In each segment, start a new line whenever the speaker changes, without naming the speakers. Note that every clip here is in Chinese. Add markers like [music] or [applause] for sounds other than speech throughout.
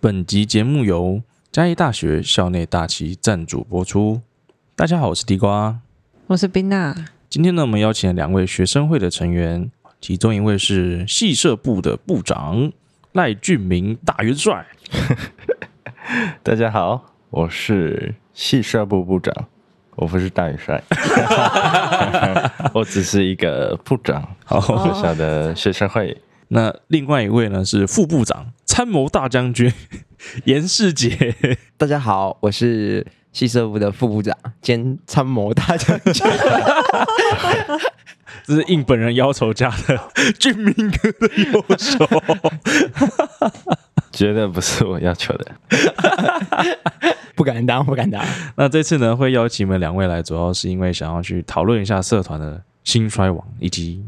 本集节目由嘉义大学校内大旗赞助播出。大家好，我是地瓜。
我是冰娜，
今天呢，我们邀请了两位学生会的成员，其中一位是系社部的部长赖俊明大元帅，
大家好，我是系社部部长，我不是大元帅， [laughs] 我只是一个部长，
好
学校的学生会。
那另外一位呢是副部长参谋大将军 [laughs] 严世杰。
大家好，我是系社部的副部长兼参谋大将军。
这是应本人要求加的俊明哥的右手。
绝对不是我要求的，
不敢当，不敢当。
那这次呢，会邀请你们两位来，主要是因为想要去讨论一下社团的兴衰亡，以及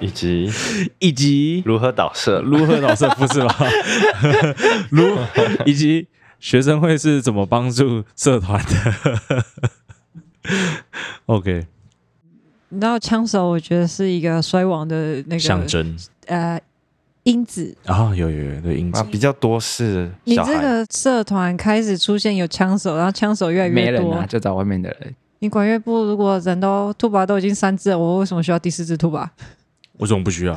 以及
以及
如何导射。
如何老师不是吧？如以及学生会是怎么帮助社团的？OK，
你知道枪手，我觉得是一个衰亡的那
象
个
征
呃因子。
啊，有有有，对，因
[laughs] 啊，
此
比较多是
你
小
这
孩，
个社团开始出现有枪手，然后枪手越来
没
越
人
多。
啊，就找外面的人。
你管乐部如果人都兔拔都已经三只了，我为什么需要第四只兔 [laughs] 拔？
我怎么不需
[laughs]
要？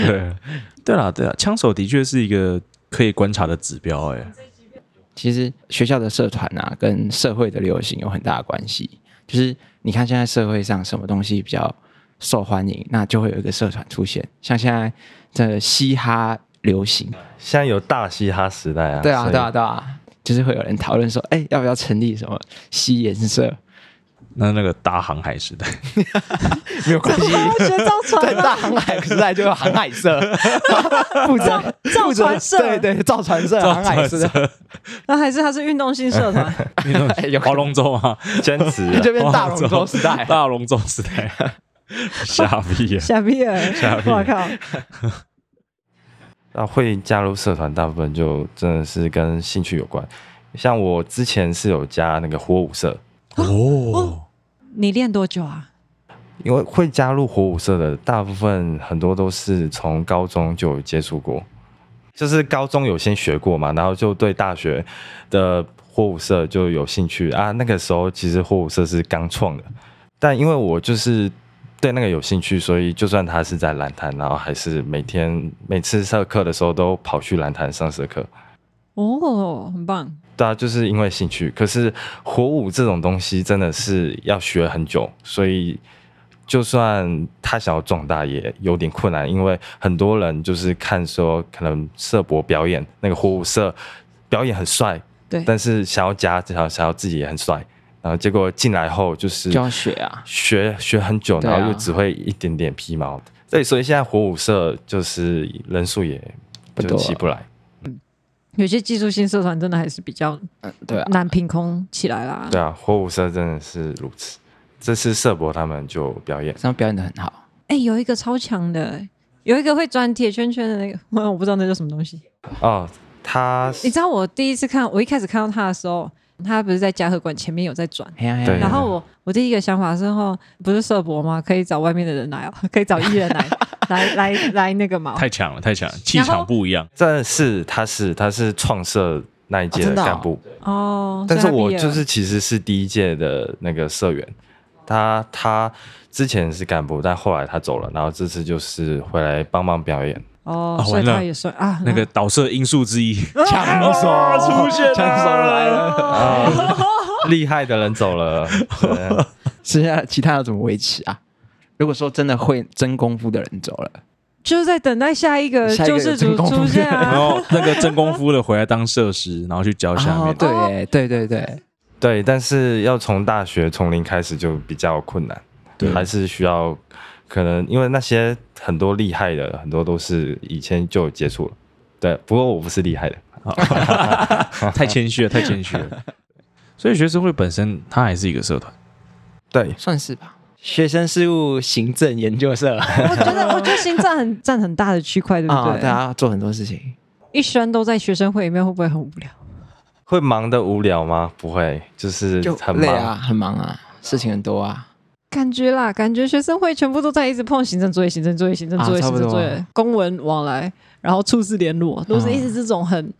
对对啦，对啦，枪手的确是一个可以观察的指标、欸，哎，
其实学校的社团啊，跟社会的流行有很大的关系。就是你看现在社会上什么东西比较受欢迎，那就会有一个社团出现。像现在这嘻哈流行，
现在有大嘻哈时代啊。
对啊，
所以
对啊，，对啊，就是会有人讨论说，哎，要不要成立什么嘻研社？
那那个大航海时代，
没有关系。
要学造
[laughs] 在
船
大
了，
航海时代就有航海
[laughs]
社，负责
造船社
对对，造船社、航
[laughs]
海社，
那还是它是运动性社团？
[laughs]
运动
哎有可能
划龙舟啊，
兼职啊 [laughs]
这边大龙舟时代。
大龙舟时代，
[laughs]
傻逼啊！
傻逼了，
逼
我靠！
那会加入社团，大部分就真的是跟兴趣有关。像我之前是有加那个火舞社，
哦，
你练多久啊？
因为会加入火舞社的大部分很多都是从高中就有接触过，就是高中有先学过嘛，然后就对大学的火舞社就有兴趣啊。那个时候其实火舞社是刚创的，但因为我就是对那个有兴趣，所以就算他是在蓝潭，然后还是每天每次上课的时候都跑去蓝潭上社课。
哦，很棒。
对啊，就是因为兴趣。可是火舞这种东西真的是要学很久，所以就算他想要壮大也有点困难，因为很多人就是看说可能社博表演那个火舞社表演很帅，
对，
但是想要加想要想要自己也很帅，然后结果进来后就是
就要学啊
学学很久，
对啊
然后又只会一点点皮毛。对，所以现在火舞社就是人数也
不
就
多
起不来。
有些技术性社团真的还是比较
嗯，对啊，
难凭空起来啦。
对啊，火舞社真的是如此。这次社博他们就表演，
这样表演的很好。
哎、有一个超强的、有一个会转铁圈圈的那个， [laughs] 我我不知道那叫什么东西。
哦，他
你知道我第一次看，我一开始看到他的时候，他不是在嘉禾馆前面有在转，
哎呀哎呀
对
然后我我第一个想法是，哦，不是社博吗？可以找外面的人来哦，可以找艺人来来来来那个嘛。
太强了，太强了，气
哦然后
场不一样。
真的是他是他是创社那一届
哦真的哦
干部，
哦，
但是
所以他
我
毕业了
就是其实是第一届的那个社员，他他之前是干部，但后来他走了，然后这次就是回来帮忙表演。
哦
啊，
所
完
以他
了
也算啊，
那个导射因素之一，
枪手
出现
[laughs]
了
枪手来了，
啊，
哦
[laughs] 厉害的人走
[laughs]
了，对
剩下其他要怎么维持啊？如果说真的会真功夫的人走了，
就是在等待下一个
下一个
救
有
世主
成功
出现
然
啊。
后那个真功夫的回来当设施，然后去教下
哦
面，。
对耶，对对对，
对，但是要从大学从零开始就比较困难，
对
还是需要可能因为那些很多厉害的，很多都是以前就有接触了。对，不过我不是厉害的，
[laughs] 太谦虚了，太谦虚了。所以学生会本身它还是一个社团，
对，
算是吧。学生事务行政研究社啊，
我觉得，我觉得心脏很 [laughs] 占很大的区块，
嗯
对不对？
大家做很多事情，
一生都在学生会里面，会不会很无聊？
会忙的无聊吗？不会，就是
就
很
累
忙。
啊，很忙啊，事情很多啊。
感觉啦，感觉学生会全部都在一直碰行政作业、行政作业、行政作业、
啊差
行
不
政
多
作业，公文往来，然后处事联络，都是一直这种很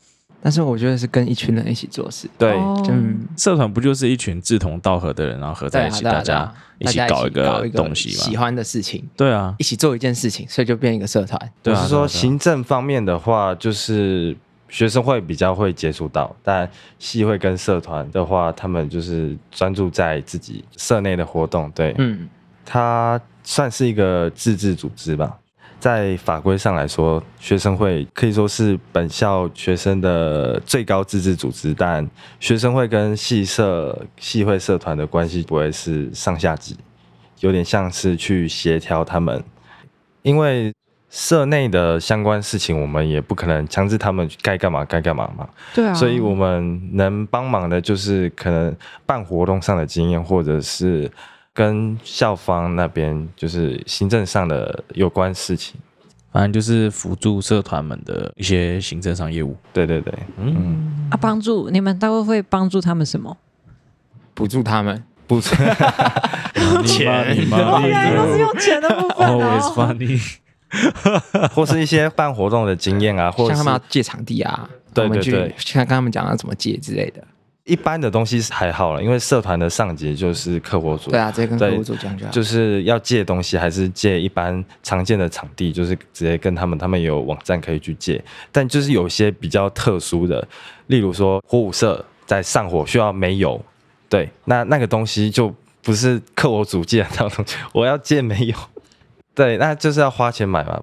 但是我觉得是跟一群人一起做事，
对，
哦
就
社团不就是一群志同道合的人，然后合在一起，
对
大
啊对啊对
家
啊
一起
大家
搞一
搞
个
一个
东西
喜
嘛？
欢的事情，
对啊，
一起做一件事情，所以就变一个社团。
对
我
啊对啊
是说
对啊
行政方面的话，就是学生会比较会接触到，但系会跟社团的话，他们就是专注在自己社内的活动。对，
嗯，
它算是一个自治组织吧。在法规上来说，学生会可以说是本校学生的最高自治组织，但学生会跟系社、系会社团的关系不会是上下级，有点像是去协调他们，因为社内的相关事情，我们也不可能强制他们该干嘛该干嘛嘛。
对啊，
所以我们能帮忙的就是可能办活动上的经验，或者是跟校方那边就是行政上的有关事情。
反正就是辅助社团们的一些行政上业务。
对对对，
嗯，
啊帮助你们大概会帮助他们什么？
补助他们，
不
[laughs]
错，
钱你妈
哦原来都是用钱的部 [laughs] 分
always
哦。
funny，
[laughs] 或是一些办活动的经验
[laughs]
啊，或者
像他们要
是
借场地啊，
对
我们
对
去
对
看跟他们讲要怎么借之类的。
一般的东西是还好了，因为社团的上级就是课活组，
对啊，直接跟
对
客户做讲就好。 [laughs]
就是要借东西，还是借一般常见的场地，就是直接跟他们，他们也有网站可以去借。但就是有些比较特殊的，例如说火舞社在上火需要煤油，对，那那个东西就不是客我主借得到的东西，我要借煤油，对，那就是要花钱买嘛。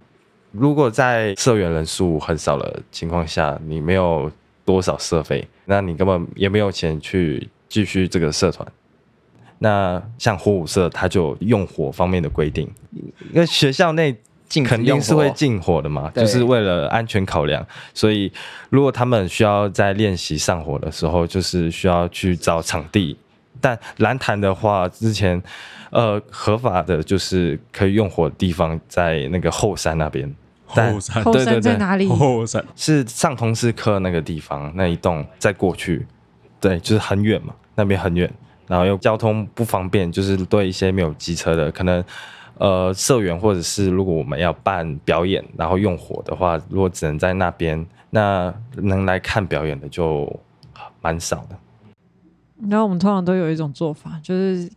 如果在社员人数很少的情况下，你没有多少社费，那你根本也没有钱去继续这个社团。那像火舞社，它就有用火方面的规定，因为学校内
禁止
肯定是
用火
会禁火的嘛，
对
就是为了安全考量，所以如果他们需要在练习上火的时候，就是需要去找场地。但蓝潭的话，之前呃合法的就是可以用火的地方在那个后山那边，但
后山
后
对
山
对
在
对
哪里？
后山
是上通识科那个地方那一栋再过去，对，就是很远嘛，那边很远，然后又交通不方便，就是对一些没有机车的，可能呃社员或者是如果我们要办表演，然后用火的话，如果只能在那边，那能来看表演的就蛮少的。 [laughs]
然后我们通常都有一种做法，就是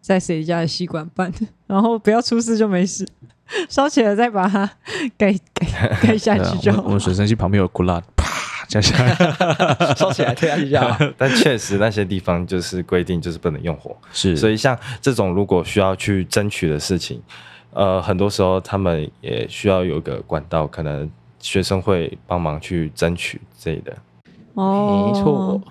在谁家的吸管办， [laughs] 然后不要出事就没事， [laughs] 烧起来再把它盖盖盖下
对啊
去就
我
好
们我。们水生系旁边有 g u 啪加下
[laughs]
来，
收起来推下去就
[laughs]
好。
但确实那些地方就是规定就是不能用火，
是，
所
嗯
以
以像这种如果需要去争取的事情，呃，很多时候他们也需要有个管道，可能学生会帮忙去争取之类的。
哦
没错，，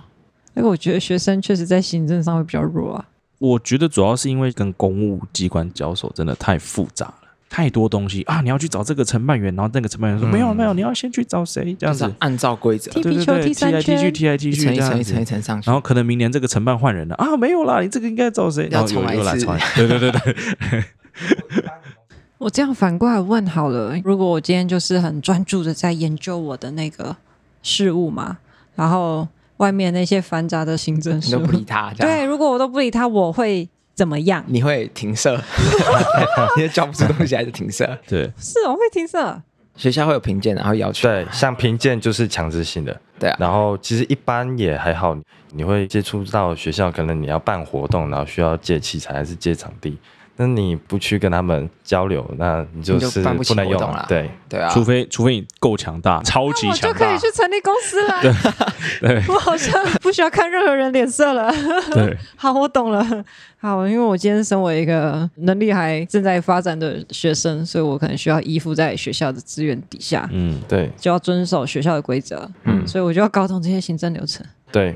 那个我觉得学生确实在行政上会比较弱啊。
我觉得主要是因为跟公务机关交手真的太复杂了。太多东西啊！你要去找这个承办员，然后那个承办员说、
嗯
没有没有，你要先去找谁这样
就是
子
要，按照规则
踢
对
皮
对
球
对
踢
，T
三
I T 去
圈
T I T
一
去这
层一层
样
一层一
子，
层上去
然。后可能明年这个承办换人了啊，没有啦，你这个应该找谁？
要
然后又
重来一
又来
次
重来，
[laughs]
对对对对，
我这样反过来问好了，如果我今天就是很专注的在研究我的那个事物嘛，然后外面那些繁杂的行政
你
事
都
务
不，理他，这样
对，如果我都不理他，我会怎么样？
你会
[laughs]
停射， [laughs] 你也抓不住东西，还是停射。
对，
是，我会停色。
学校会有评鉴，然后要求。
对，像评鉴就是强制性的，
啊对啊，
然后其实一般也还好，你会接触到学校，可能你要办活动，然后需要借器材还是借场地，那你不去跟他们交流，那你就
你就是办不
不
起
能用
活动啦
对，
对啊，
除非除非你够强
哦
大，超级
我就
强
可以
大
去，成立公司了。
对
我好像不需要看任何人脸色了。
对，
[laughs] 好，我懂了。好，因为我今天身为一个能力还正在发展的学生，所以我可能需要依附在学校的资源底下，
嗯，
对
就要遵守学校的规则。嗯，所以我就要搞懂这些行政流程。
对，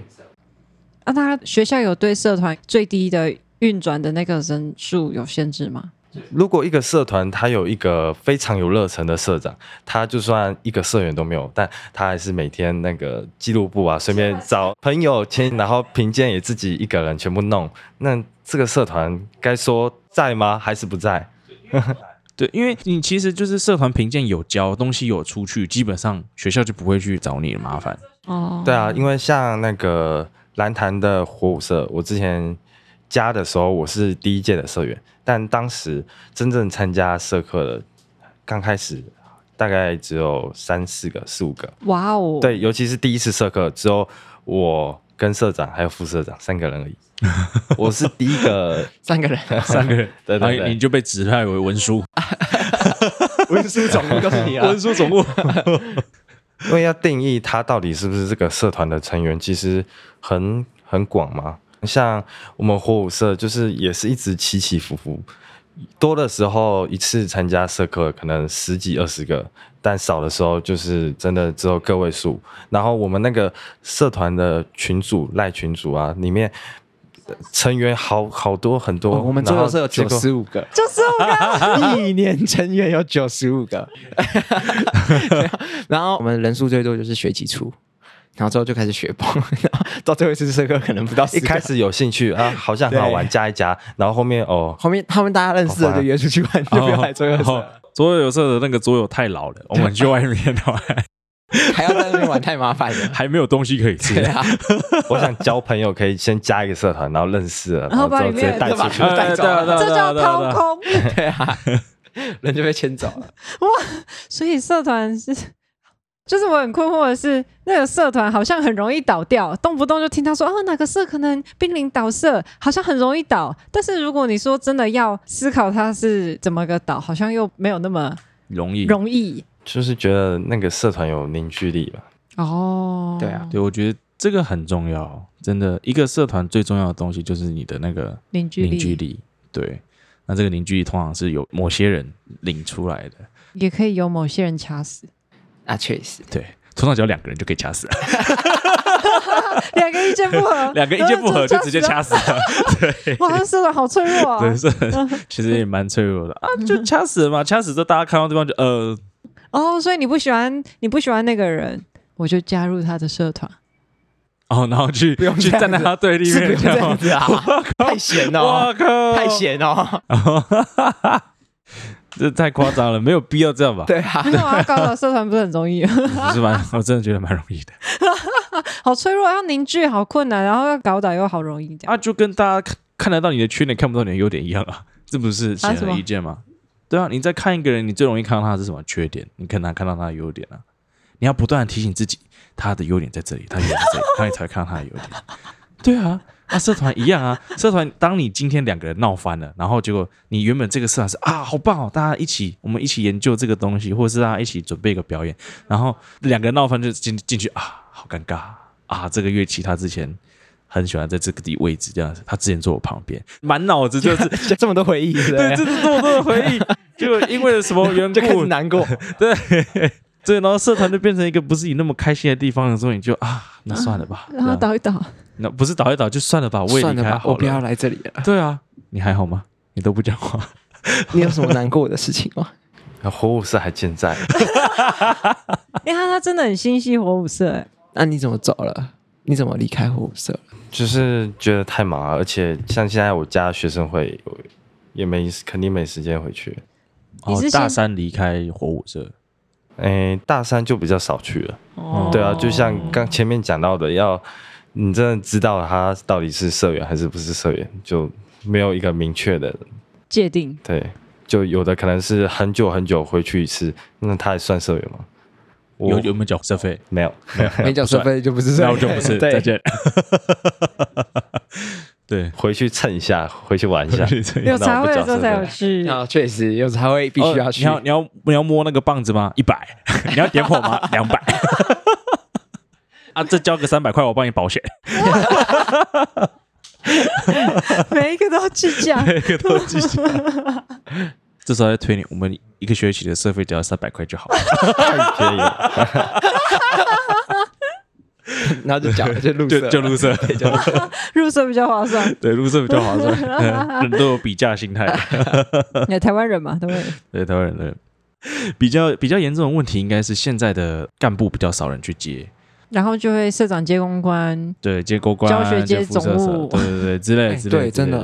啊，那学校有对社团最低的运转的那个人数有限制吗？
如果一个社团他有一个非常有热忱的社长，他就算一个社员都没有，但他还是每天那个记录簿啊，随便找朋友签，然后评鉴也自己一个人全部弄。那这个社团该说在吗？还是不在？
对，因为你其实就是社团评鉴有交，东西有出去，基本上学校就不会去找你麻
[laughs]
烦。
哦，
啊对啊，因为像那个蓝潭的火舞社，我之前加的时候，我是第一届的社员，但当时真正参加社课的，刚开始大概只有三四个、四五个。
哇哦，，
对，尤其是第一次社课只有我跟社长还有副社长三个人而已。我是第一个，
三个人
三个人，
对对对
然后你就被指派为文 [laughs] 书，
文书总部都是你了
文。书总务。
因为要定义他到底是不是这个社团的成员，其实很很广嘛。像我们火舞社，就是也是一直起起伏伏，多的时候一次参加社课可能十几二十个，但少的时候就是真的只有个位数。然后我们那个社团的群组赖群组啊，里面呃成员好好多很多，
哦我我们最
然
后
后
是有
结
九
果
十五个，
就是我刚
[laughs] 一年成员有九十五个， [laughs] 然后我们人数最多就是学期初，然后之后就开始学崩，然后 [laughs] 到最后一次社课可能不到
一
十个
开始有兴趣啊，好像很好玩，
对
加一加，然后后面哦，
后面他们大家认识了就约出去玩，就不要来做二
哦
社，
左右有色的那个左右太老 [laughs] 了，我们去外面然后还
还要在那边玩太麻烦 [laughs] 了。
还没有东西可以 [laughs] 吃
对。啊，
[laughs] 我想交朋友，可以先加一个社团，然后认识了，
然后把
之后
里
直
面
接带
就把
出去。
全部带走了，
对啊对啊对啊
这叫掏空。
对啊，人就被牵走了。
所以社团是，就是我很困惑的是，那个社团好像很容易倒掉，动不动就听他说哦哪个社可能濒临倒社，好像很容易倒。但是如果你说真的要思考它是怎么个倒，好像又没有那么
容易。
容易
就是觉得那个社团有凝聚力吧。
哦。
对啊，
对，我觉得这个很重要，真的，一个社团最重要的东西就是你的那个
凝聚
凝
力
聚力。对，那这个凝聚力通常是有某些人领出来的，
也可以有某些人掐死，
啊，确实，
对，通常只要两个人就可以掐死了，
两个意见不
[laughs]
合，
两个意见不合就直接掐死了。
死。哇，这社团好脆弱啊！
对，是
[laughs]
其实也蛮脆弱的啊，
嗯
就掐死了嘛，掐死之后大家看到对方就呃，
哦，所以你不喜欢你不喜欢那个人，我就加入他的社团。
哦，然后去
不用
去
这样
站在
子
他对立
是不
面
是这样
样。
子啊？ [laughs] 太闲
我
哦，
靠，
太，闲哦，
这太夸张了，没有必要这样吧？
对啊，
没有啊，高考社团不是很容易， [laughs]
不是蛮，我真的觉得蛮容易的。
好脆弱，要凝聚好困难，然后要搞倒又好容易这样。
啊，就跟大家看看得到你的缺点，看不到你的优点一样啊，这不是显
什
而
么
易见吗？对啊，你在看一个人，你最容易看到他是什么缺点，你很难看到他的优点啊。你要不断的提醒自己，他的优点在这里，他的优点在这里，然后你才会看到他的优点。对啊，啊，社团一样啊，社团当你今天两个人闹翻了，然后结果你原本这个社团是啊，好棒哦，大家一起我们一起研究这个东西，或者是大家一起准备一个表演，然后两个人闹翻就进进去啊，好尴尬啊，这个乐器他之前很喜欢在这个地位置这样子，他之前坐我旁边，满脑子
[laughs]
就是
就 [laughs] 这么多回忆，对不
对，
对
这是这么多的回忆，
[laughs]
就因为什么缘
就开始
故，
难过。
对。对，然后社团就变成一个不是你那么开心的地方的时候，你就啊，那算了
嗯
吧，
然后
这样
倒一倒，
那不是倒一倒就算了吧，我也
算
离
了
开
吧，
好
我不要来这里 [laughs]
[laughs]
了。
对啊，你还好吗？你都不讲话，
你有什么难过的事情吗？
然后火舞社还健在，
[laughs] 因为他他真的很心系火舞社，哎
那你怎么走了？你怎么离开火舞社了？
就是觉得太忙了，而且像现在我加学生会，我也没肯定没时间回去。
[laughs] 你
哦
是，
大
先
三离开火舞社，
诶，大三就比较少去了。
哦
对啊，就像刚前面讲到的，要你真的知道他到底是社员还是不是社员，就没有一个明确的
界定
对，就有的可能是很久很久回去一次，那他也算社员吗？我
有有没有缴社费？
没有？
哎
没缴社费就不是这
那
样，
我就不是，
对
再见。 [laughs] 对，啊
回去蹭一下， [laughs] 回去玩一下。
有茶
那我
会
不
的
找
时候才有
社团
去。
啊，确实有时还会必须要去。
哦你要你要你要摸那个棒子吗？一百。 [laughs] 你要点火吗？
[laughs]
两百。 [laughs] 啊，这交个三百块，我帮你保
[laughs]
险。
每一个都要去讲，
每个都记下来。 [laughs] 这时候在推你，我们一个学期的社费只要三百块就好了。
[laughs]
太便宜了，
然后就缴了，就录
就就
录
入
[laughs]
社，
[laughs] 入社比较
[laughs]
划算。
对，入社比较划
[laughs]
算。 [laughs] 人都有比价心态。
那台湾人嘛，对不对？
对，台湾人对。比较比较严重的问题应该是现在的干部比较少人去接，
然后就会社长接公关，
对，接公关、啊
教学接
接副社
总务
社对对对，之类之类，
哎
之
对，真
类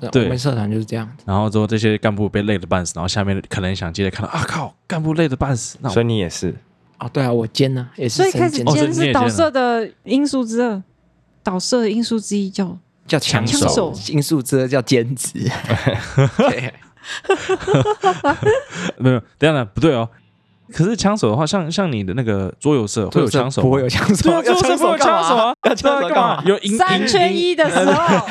的。，
对
我们社团就是这样。
然后之后这些干部被累得半死，然后下面可能想接着看到啊靠，干部累得半死， [laughs] 那
所
我
以你也是。
哦，对啊，我兼呢，也是
所以
身
开始
兼
哦
今
所以你也
天是
兼
导
了
射的因素之二，导射的因素之一叫
叫抢
抢
手
手，金素遮叫兼
[laughs]
职。对，
没有，等一下不对哦。可是枪手的话，像像你的那个桌游社会有枪手吗，
不会有枪手，
对啊，
[laughs] 要
桌游社不会有
干嘛
枪手啊，
[laughs] 要枪
对
手
啊
干嘛？
有赢
三
赢
缺
赢
一的时候，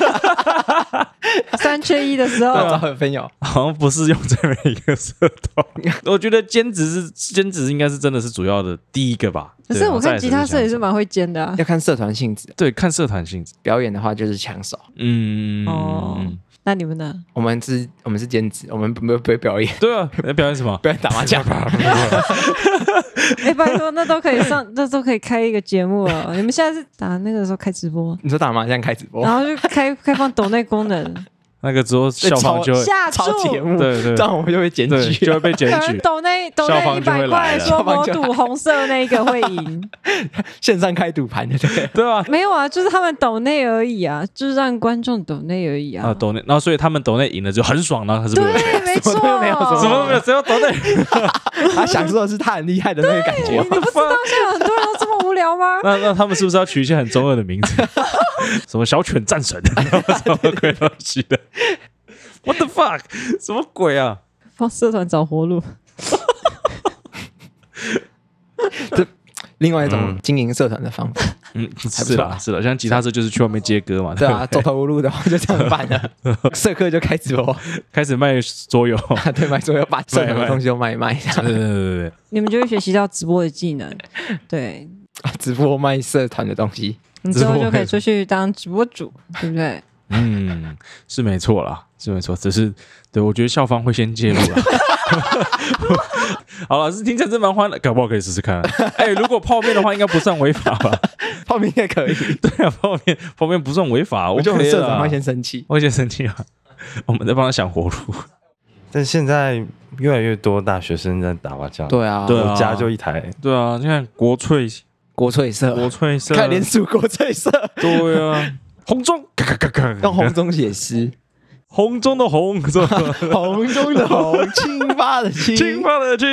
[laughs] 三缺一的时
啊
候，
要找朋友，
好像不是用在每一个社团。
[laughs]
我觉得兼职是兼职，应该是真的是主要的第一个吧。
可
对
是
啊
我
再
看
来
吉他社也是
想
蛮会兼的啊。
要看社团性质。
对，看社团性质。
表演的话就是枪手，
嗯，
哦那你们呢？
我们是，我们是兼职，我们没有不会表演，
对啊，你在表演什
[laughs]
么？
不要打
[laughs]
麻将。
哎，拜托，那都可以上， [laughs] 那都可以开一个节目哦。你们现在是打那个的时候开直播，
你说打麻将开直
哦
播
然，后就开开放抖内功能，
那个之后校方就会，
下
抄节
注。
目，
对对
这样我们就会检
对，
举
就会
啊。
被检
有人 [laughs]
举。
抖内抖
校
内一
方就会
百
来 [laughs] 啊
块，
了
说
校方
我
就
赌红色那一个会赢，
线上开赌盘的，
[laughs]
对，
对啊，
没有啊，就是他们抖内而已啊，就是让观众抖内而已
啊，
啊。
抖内，然后所以他们抖内赢了就很爽啊了，还是不是？
对，没错，
什么都没有什
什么都没有，谁要抖内？
他享受的是他很厉害的那个感觉
你。不知道现在很多人都这么无聊吗？
[laughs] 那那他们是不是要取一些很中二的名字？ [laughs] 什么小犬战神， [laughs] 什么鬼东西的？What the fuck？什么鬼啊？
帮社团找活路，
另外一种
嗯
经营社团的方法，
嗯，
错
是啦是啦，像吉他社就是去外面接歌嘛，
对啊，走投无路的话就这样办了，
[laughs]
社课就开直播，
开始卖桌游。 [laughs]
对，买桌游把社团
卖
的
卖
东西都卖一卖，这样
对对对对对，
你们就会学习到直播的技能。对，
直播卖社团的东西。
你之后
直播
就可以出去当直播主，对不对？
嗯，是没错啦，是没错，只是对我觉得校方会先介入啦。 [laughs] 好了，是听起来真蛮欢乐，搞不好可以试试看。 [laughs] 哎、如果泡面的话，应该不算违法吧？ [laughs]
泡面也可以，
对啊，泡面泡面不算违法，
我就很
OK
社
啦
长会先生气。
会先生气啊。我们在帮他想活
[laughs]
路。
但现在越来越多大学生在打麻将，
对啊，
对啊
我家就一台，
对啊，现在国粹
国粹社，
国粹社，
看连署国粹社，
对啊，红中，咔咔咔咔
用红中写
[laughs]
诗，
红中的红，是
[laughs]
吧
红中的红，青蛙的青，
青发的
[laughs]
青，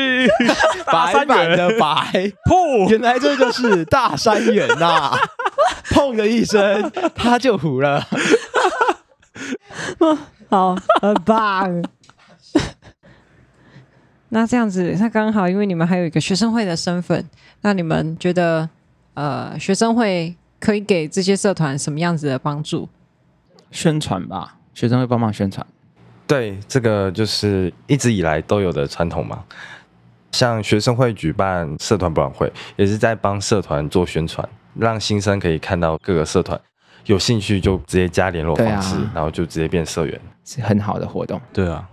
白板的白，
噗，
[laughs] 原来这就是大三元呐、
[laughs]
砰的一声，他就糊了。
好，很棒。 [laughs] 那这样子，那刚好，因为你们还有一个学生会的身份，那你们觉得，呃，学生会可以给这些社团什么样子的帮助？
宣传吧，学生会帮忙宣传。
对，这个就是一直以来都有的传统嘛。像学生会举办社团博览会，也是在帮社团做宣传，让新生可以看到各个社团，有兴趣就直接加联络方式，
对啊
然后就直接变社员。
是很好的活动，
对啊，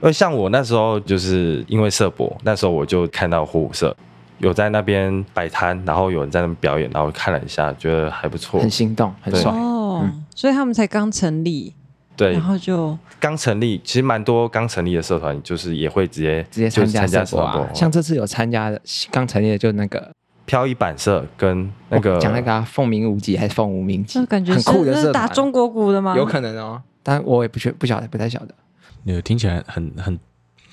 因为呃像我那时候就是因为社博，那时候我就看到火舞社有在那边摆摊，然后有人在那边表演，然后看了一下，觉得还不错
很。心动，很
对
爽。
哦，所以他们才刚成立，
对
然，
嗯
后就
刚成立，其实蛮多刚成立的社团，就是也会直接
直接
就
参
是
加社
社
博啊，像这次有参加的，刚成立的就那个
漂移板社跟那个
我讲那个、啊、凤鸣舞集还是凤舞鸣集
那，感觉
很
是
酷的
那
社
是
团啊
打中国鼓的吗？
有可能哦，但我也不确不晓得，不太晓得。
有听起来很很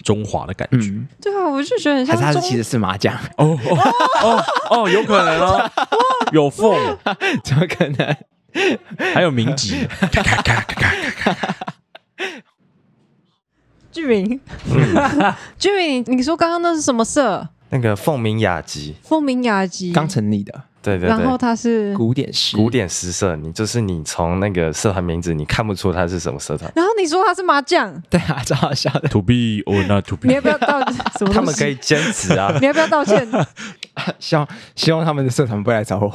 中华的感觉。
嗯，
对啊，我就觉得很
还
像
是他是
中
其实是麻
[laughs]
将，
哦哦哦哦，有可能哦，有缝，
怎么可能？
还有名集，咔咔咔咔咔
居民， [laughs] 居民，你说刚刚那是什么社？
那个凤鸣雅集，
风鸣雅集，
刚成立的
对对
然后
对，
他是，
古典诗，
古典诗社，你就是你从那个社团名字你看不出它是什么社团，
然后你说他是麻 [laughs] 将，
对啊，超好笑的。
，to be or not to
你
be
要。不要道什么？
他们可以，兼职
[laughs]，
啊
你要不要道歉？
希望希望他们的社团不会来找 [laughs] 我，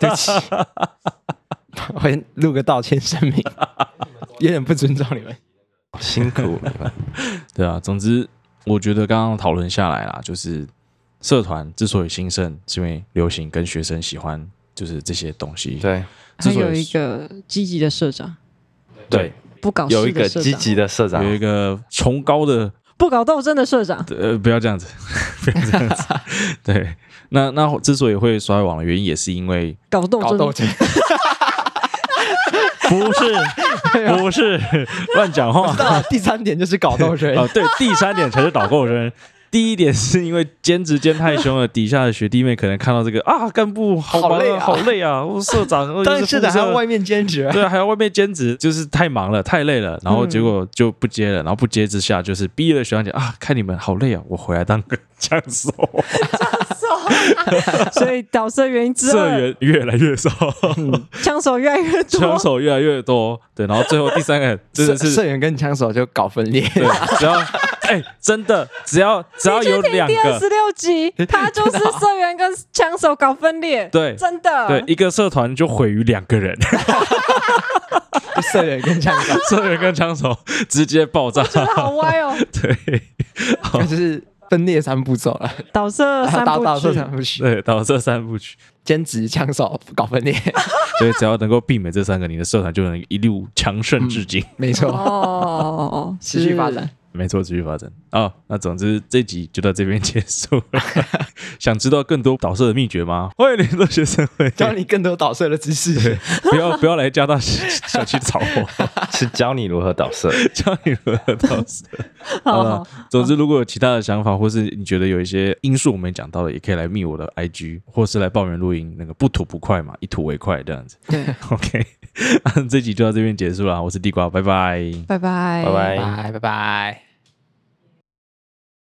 对不起，我先录个道歉声明，有点不尊重你们。
辛苦你们。
对啊，总之我觉得刚刚讨论下来啦，就是社团之所以兴盛，是因为流行跟学生喜欢，就是这些东西。
对
还
之所以
有一个积极的社长，
对，
不
哦
搞
有
事
一个
的社
积
长，
极的社长
有，一个崇高的
不搞斗争的社长。
呃，不要这样子， [laughs] 不要这样子。对，那那之所以会衰亡的原因，也是因为
搞斗
搞斗
争，
争，
不是 [laughs] 不是乱讲话
啊那第三点就是搞斗争， [laughs]
哦哦，对，第三点才是导购生。 [laughs] 第一点是因为兼职兼太凶了，底下的学弟妹可能看到这个啊，干部好忙
好累啊
好累啊，我社
[laughs]
长，或者
当然是的，
副
还
社
要外面嗯兼职。
[laughs] 对，还要外面兼职，就是太忙了，太累了，然后结果就不接了，然后不接之下，就是毕业的学长姐啊，看你们好累啊，我回来当个 [laughs] 枪
[laughs]
手，
[laughs] 所以导射原因
啊
之
社
二，
员越来越少，
枪手越来越
[laughs]
多，
枪手越来越多，对，然后最后第三
[laughs]
个真的
社
是
社员跟枪手就搞分裂，
对，只要哎、真的只要只要有两
第二十
个。
六集，他就是社员跟枪手搞分裂，
对
真的，
对，一个社团就毁于两个人，
社员跟枪 [laughs] 手，
[laughs] 社员跟枪手直接爆炸。
真的好歪哦。
[laughs] 对
就是分裂三步走了，
[laughs] 导射三
打打
部
社
曲，
三部曲，
对，到这三部曲，
兼职枪手搞分裂，
所以只要能够避免这三个，你的社团就能一路强盛至今。
[laughs] 没错，
哦，
持续发展。
没错，继续发展哦。那总之这集就到这边结束了。想知道更多导射的秘诀吗？欢迎联络学生会，
教你更多导射的知识。
不要不要来加大小七找我，
是教你如何导射。
教你如何导射。
是。
好
[laughs] 好
了
好，
总之如果有其他的想法，或是你觉得有一些因素我没讲到的，也可以来密我的 IG，或是来抱怨录音，那个不吐不快嘛，一吐为快这样子。
对，
[laughs] OK，那这集就到这边结束了，我是地瓜，拜拜。
拜拜，
拜拜
拜拜拜。